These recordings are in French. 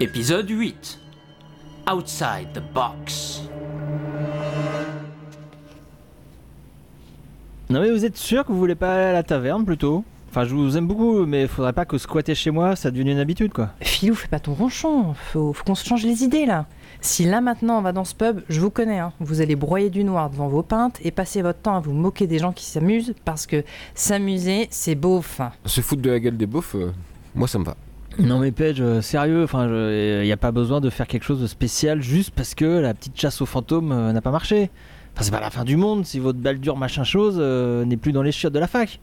Épisode 8 Outside the Box. Non mais vous êtes sûr que vous voulez pas aller à la taverne plutôt Enfin, je vous aime beaucoup, mais faudrait pas que squatter chez moi, ça devienne une habitude, quoi. Filou, fais pas ton ronchon. Faut, faut qu'on se change les idées là. Si là maintenant on va dans ce pub, je vous connais. hein. Vous allez broyer du noir devant vos pintes et passer votre temps à vous moquer des gens qui s'amusent parce que s'amuser, c'est beauf. Se foutre de la gueule des beaufs, euh, moi ça me va. Non mais Paige, euh, sérieux, enfin, je- y a pas besoin de faire quelque chose de spécial juste parce que la petite chasse aux fantômes euh, n'a pas marché. Enfin, c'est pas la fin du monde si votre baldur machin chose euh, n'est plus dans les chiottes de la fac.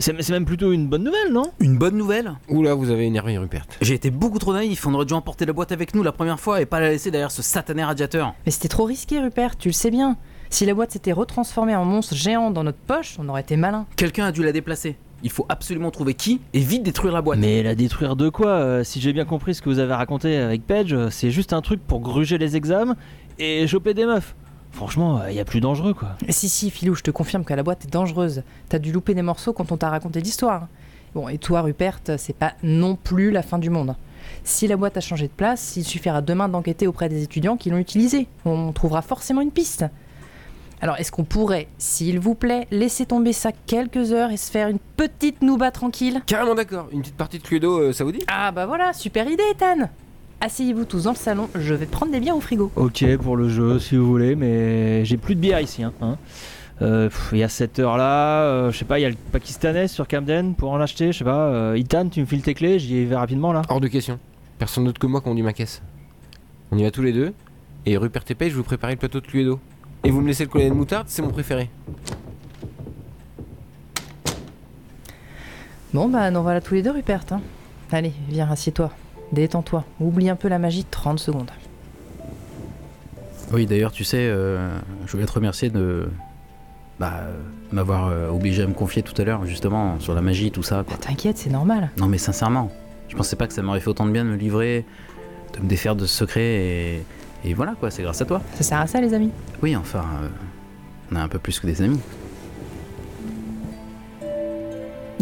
C'est c'est même plutôt une bonne nouvelle, non Une bonne nouvelle Oula, vous avez énervé Rupert. J'ai été beaucoup trop naïf, on aurait dû emporter la boîte avec nous la première fois et pas la laisser derrière ce satané radiateur. Mais c'était trop risqué, Rupert, tu le sais bien. Si la boîte s'était retransformée en monstre géant dans notre poche, on aurait été malin. Quelqu'un a dû la déplacer. Il faut absolument trouver qui et vite détruire la boîte. Mais la détruire de quoi Euh, Si j'ai bien compris ce que vous avez raconté avec Paige, euh, c'est juste un truc pour gruger les examens et choper des meufs. Franchement, il y a plus dangereux, quoi. Si, si, Filou, je te confirme que la boîte est dangereuse. T'as dû louper des morceaux quand on t'a raconté l'histoire. Bon, et toi, Rupert, c'est pas non plus la fin du monde. Si la boîte a changé de place, il suffira demain d'enquêter auprès des étudiants qui l'ont utilisée. On trouvera forcément une piste. Alors, est-ce qu'on pourrait, s'il vous plaît, laisser tomber ça quelques heures et se faire une petite nouba tranquille Carrément d'accord, une petite partie de Cluedo, euh, ça vous dit Ah bah voilà, super idée, Ethan Asseyez-vous tous dans le salon, je vais prendre des biens au frigo. Ok pour le jeu si vous voulez, mais j'ai plus de bière ici. hein, hein. Euh, pff, Il y a cette heure là, je sais pas, il y a le Pakistanais sur Camden pour en acheter, je sais pas. euh, Ethan, tu me files tes clés, j'y vais rapidement là. Hors de question. Personne d'autre que moi conduit ma caisse. On y va tous les deux, et Rupert et Page, vous préparez le plateau de Cluedo. Et vous me laissez le collier de moutarde, c'est mon préféré. Bon bah nous voilà tous les deux Rupert. hein. Allez, viens, assieds-toi. Détends-toi. Oublie un peu la magie de 30 secondes. Oui, d'ailleurs, tu sais, euh, je voulais te remercier de bah, euh, m'avoir euh, obligé à me confier tout à l'heure, justement, sur la magie, tout ça. Bah, quoi. T'inquiète, c'est normal. Non, mais sincèrement, je pensais pas que ça m'aurait fait autant de bien de me livrer, de me défaire de ce secret, et, et voilà, quoi, c'est grâce à toi. Ça sert à ça les amis. Oui, enfin, euh, on a un peu plus que des amis.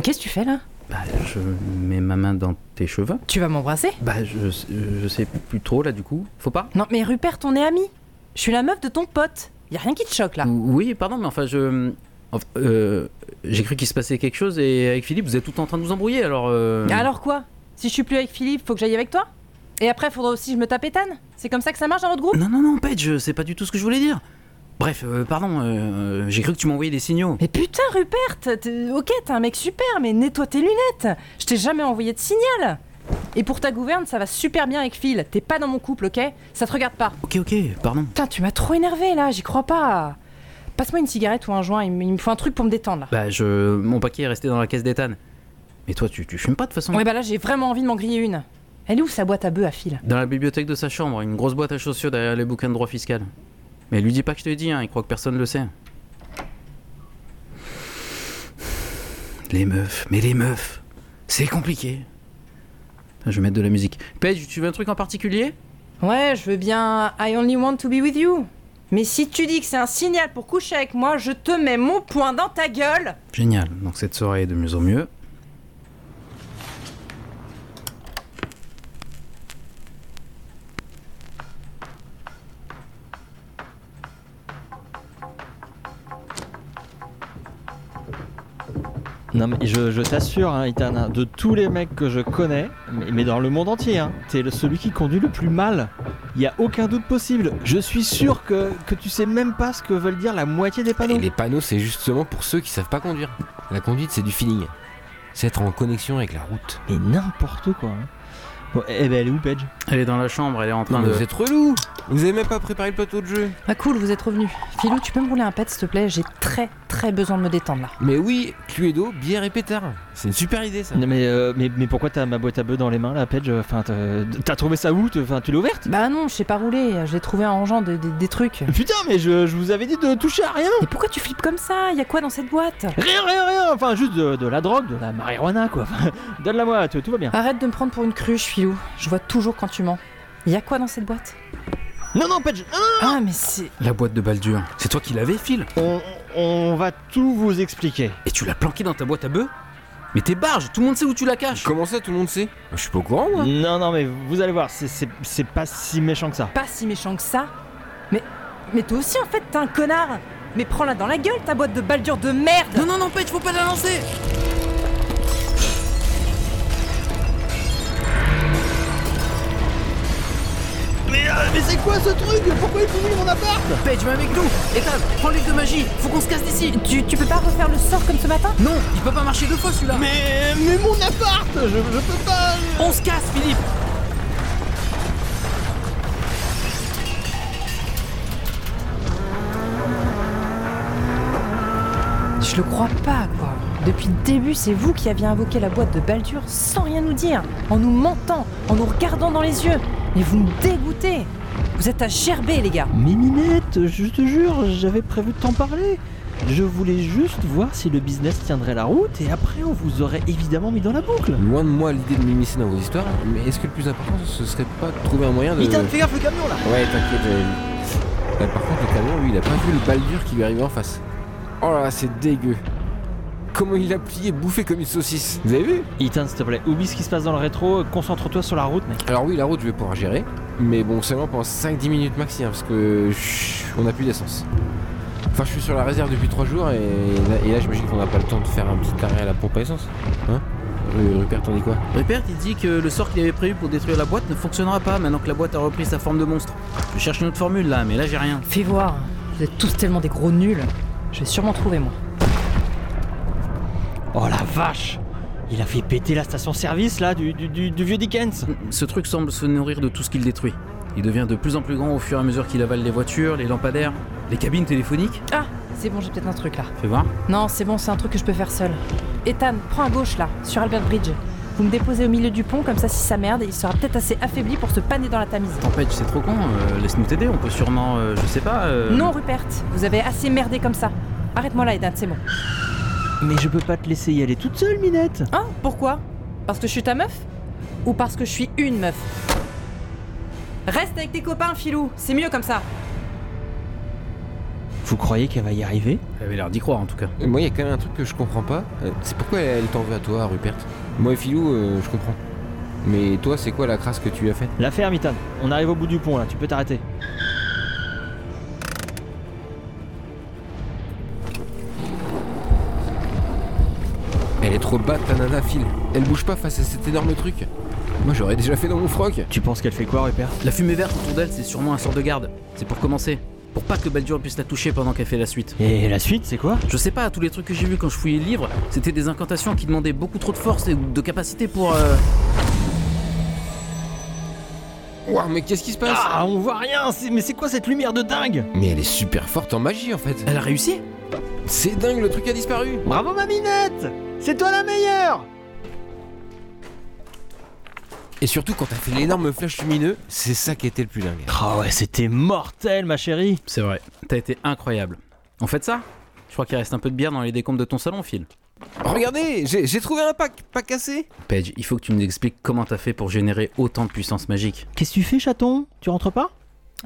Qu'est-ce que tu fais là Bah, je mets ma main dans tes cheveux. Tu vas m'embrasser Bah, je, je sais plus trop, là, du coup. Faut pas Non mais Rupert, on est amis. Je suis la meuf de ton pote. Y a rien qui te choque là. Ah, Oui, pardon, mais enfin, je. enfin, euh, J'ai cru qu'il se passait quelque chose et avec Philippe, vous êtes tout le temps en train de vous embrouiller, alors. euh, Alors quoi Si je suis plus avec Philippe, faut que j'aille avec toi Et après, faudra aussi que je me tape Ethan C'est comme ça que ça marche dans votre groupe Non, non, non, Paige, c'est pas du tout ce que je voulais dire. Bref, euh, pardon, euh, j'ai cru que tu m'envoyais des signaux. Mais putain Rupert, t'es- ok t'es un mec super, mais nettoie tes lunettes Je t'ai jamais envoyé de signal Et pour ta gouverne, ça va super bien avec Phil. T'es pas dans mon couple, ok Ça te regarde pas. Ok, ok, pardon. Putain, tu m'as trop énervé là, j'y crois pas. Passe-moi une cigarette ou un joint, il me il me faut un truc pour me détendre là. Bah, je. Mon paquet est resté dans la caisse d'éthane. Mais toi, tu, tu fumes pas de toute façon Ouais, bah là, j'ai vraiment envie de m'en griller une. Elle est où sa boîte à bœufs à Phil Dans la bibliothèque de sa chambre, une grosse boîte à chaussures derrière les bouquins de droit fiscal. Mais lui dis pas que je te l'ai dit, hein, il croit que personne le sait. Les meufs, mais les meufs, c'est compliqué. Putain, Je vais mettre de la musique. Paige, tu veux un truc en particulier Ouais, je veux bien. I only want to be with you. Mais si tu dis que c'est un signal pour coucher avec moi, je te mets mon poing dans ta gueule Génial, donc cette soirée est de mieux en mieux. Non mais je, je t'assure, hein, Ethan, hein, de tous les mecs que je connais, mais, mais dans le monde entier, hein, t'es le- celui qui conduit le plus mal. Y a aucun doute possible. Je suis sûr que, que tu sais même pas ce que veulent dire la moitié des panneaux. Et les panneaux, c'est justement pour ceux qui savent pas conduire. La conduite, c'est du feeling. C'est être en connexion avec la route. Mais n'importe quoi. hein. Bon, eh ben elle est où, Paige Elle est dans la chambre, elle est en Non, train mais de. vous êtes relou Vous avez même pas préparé le plateau de jeu Ah cool, vous êtes revenu. Philou, tu peux me rouler un pet s'il te plaît J'ai très très besoin de me détendre là. Mais oui, Cluedo, bière et pétard. C'est une super idée, ça. Non, mais, euh, mais, mais pourquoi t'as ma boîte à bœufs dans les mains là, Paige Enfin, t'as euh, t'as trouvé ça où Te- Enfin, tu l'as ouverte Bah non, je sais pas rouler, j'ai trouvé un engin de, de- des trucs. Putain, mais je, je vous avais dit de toucher à rien Mais pourquoi tu flippes comme ça Y a quoi dans cette boîte Rien, rien, rien Enfin, juste de, de la drogue, de la marijuana, quoi. Enfin, Donne-la moi, tout, tout va bien. Arrête de me prendre pour une cruche, Filou. Je vois toujours quand tu mens. Y a quoi dans cette boîte Non, non, Paige, hein, Ah mais c'est... La boîte de Baldur. C'est toi qui l'avais, Phil on, on euh, va tout vous expliquer. Et tu l'as planqué dans ta boîte à bœufs Mais tes barges, tout le monde sait où tu la caches. Comment ça, tout le monde sait Je suis pas au courant, moi. Non, non, mais vous allez voir, c'est- c'est c'est pas si méchant que ça. Pas si méchant que ça. Mais, mais toi aussi en fait t'es un connard. Mais prends-la dans la gueule ta boîte de baldure de merde. Non, non, non, Page, faut pas la lancer euh, Mais, c'est quoi ce truc Pourquoi il pourrit mon appart Page, va avec nous Ethan, prends l'huile de magie Faut qu'on se casse d'ici Tu, tu peux pas refaire le sort comme ce matin Non, il peut pas marcher deux fois celui-là Mais, mais mon appart je, peux pas On se casse, Philippe Je le crois pas quoi. Depuis le début c'est vous qui aviez invoqué la boîte de baldure sans rien nous dire, en nous mentant, en nous regardant dans les yeux. Mais vous me dégoûtez. Vous êtes à gerber les gars. Mais Minette, je te jure, j'avais prévu de t'en parler. Je voulais juste voir si le business tiendrait la route et après on vous aurait évidemment mis dans la boucle. Loin de moi l'idée de m'immiscer dans vos histoires, mais est-ce que le plus important ce serait pas de trouver un moyen de. hein, gaffe le camion là Ouais, t'inquiète, j'avais vu. Bah, par contre, le camion, lui, il a pas vu le baldur qui lui arrivait en face. Oh là là, c'est dégueu. Comment il a plié, bouffé comme une saucisse. Vous avez vu Ethan, s'il te plaît, oublie ce qui se passe dans le rétro, concentre-toi sur la route, mec. Alors oui, la route, je vais pouvoir gérer. Mais bon, seulement pendant 5-10 minutes maxi, hein, parce que chut, on n'a plus d'essence. Enfin, je suis sur la réserve depuis 3 jours et là, et là, j'imagine qu'on n'a pas le temps de faire un petit arrêt à la pompe à essence. Hein Ru- Rupert, on dit quoi Rupert, il dit que le sort qu'il avait prévu pour détruire la boîte ne fonctionnera pas maintenant que la boîte a repris sa forme de monstre. Je cherche une autre formule là, mais là j'ai rien. Fais voir, vous êtes tous tellement des gros nuls. Je vais sûrement trouver moi. Oh la vache Il a fait péter la station service là du, du- du- du vieux Dickens Ce truc semble se nourrir de tout ce qu'il détruit. Il devient de plus en plus grand au fur et à mesure qu'il avale les voitures, les lampadaires, les cabines téléphoniques. Ah, c'est bon, j'ai peut-être un truc là. Fais voir. Non, c'est bon, c'est un truc que je peux faire seul. Ethan, prends à gauche là, sur Albert Bridge. Vous me déposez au milieu du pont, comme ça si ça merde, il sera peut-être assez affaibli pour se paner dans la Tamise. Tempête, c'est trop con. euh, Laisse-nous t'aider. On peut sûrement, euh, je sais pas. euh, Non, Rupert, vous avez assez merdé comme ça. Arrête-moi là, Ethan, c'est bon. Mais je peux pas te laisser y aller toute seule, Minette Hein Pourquoi Parce que je suis ta meuf Ou parce que je suis une meuf Reste avec tes copains, filou, c'est mieux comme ça. Vous croyez qu'elle va y arriver Elle avait l'air d'y croire en tout cas. Euh, Moi, il y a quand même un truc que je comprends pas. Euh, C'est pourquoi elle t'en veut à toi, Rupert. Moi et Philou, euh, je comprends. Mais toi, c'est quoi la crasse que tu lui as faite La ferme, Ethan. On arrive au bout du pont là, tu peux t'arrêter. Elle est trop batte, ta nana, Phil. Elle bouge pas face à cet énorme truc. Moi, j'aurais déjà fait dans mon froc. Tu penses qu'elle fait quoi, Rupert La fumée verte autour d'elle, c'est sûrement un sort de garde. C'est pour commencer. Pour pas que Baldur puisse la toucher pendant qu'elle fait la suite. Et la suite, c'est quoi Je sais pas, tous les trucs que j'ai vus quand je fouillais le livre, c'était des incantations qui demandaient beaucoup trop de force et de capacité pour. euh, Ouah, mais qu'est-ce qui se passe Ah, on voit rien c'est- Mais c'est quoi cette lumière de dingue Mais elle est super forte en magie, en fait. Euh, Elle a réussi C'est dingue, le truc a disparu. Bravo, ma Minette C'est toi la meilleure Et surtout, quand t'as fait l'énorme flash lumineux, c'est ça qui était le plus dingue. Ah ouais, c'était mortel, ma chérie C'est vrai. T'as été incroyable. On fait ça Je crois qu'il reste un peu de bière dans les décombres de ton salon, Phil. Regardez, j'ai j'ai trouvé un pack, pas cassé. Page, il faut que tu nous expliques comment t'as fait pour générer autant de puissance magique. Qu'est-ce que tu fais, chaton Tu rentres pas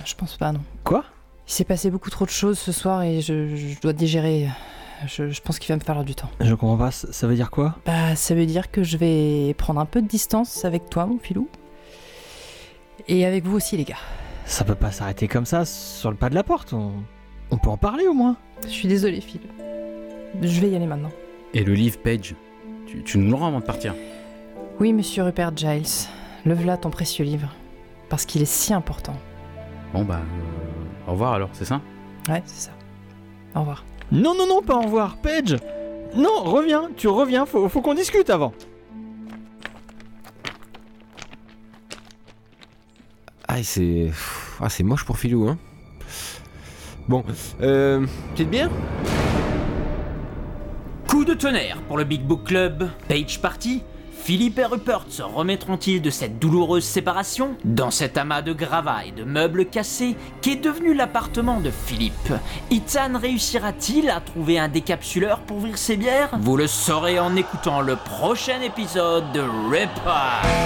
Je pense pas, non. Quoi Il s'est passé beaucoup trop de choses ce soir et je, je dois digérer. Je- je pense qu'il va me falloir du temps. Je comprends pas, ça ça veut dire quoi Bah, ça veut dire que je vais prendre un peu de distance avec toi, mon filou. Et avec vous aussi, les gars. Ça peut pas s'arrêter comme ça, sur le pas de la porte, on... On peut en parler au moins Je suis désolée, Phil. Je vais y aller maintenant. Et le livre, Page, tu, tu nous le rends avant de partir. Oui, monsieur Rupert Giles. Lève là ton précieux livre. Parce qu'il est si important. Bon bah, euh, au revoir alors, c'est ça Ouais, c'est ça. Au revoir. Non, non, non, pas au revoir, Paige Non, reviens, tu reviens, faut, faut qu'on discute avant Ah, c'est. pff, Ah, c'est moche pour Philou, hein. Bon, euh. Petite bière Coup de tonnerre pour le Big Book Club. Page parti. Philippe et Rupert se remettront-ils de cette douloureuse séparation Dans cet amas de gravats et de meubles cassés qu'est devenu l'appartement de Philippe, Ethan réussira-t-il à trouver un décapsuleur pour ouvrir ses bières Vous le saurez en écoutant le prochain épisode de Ripper.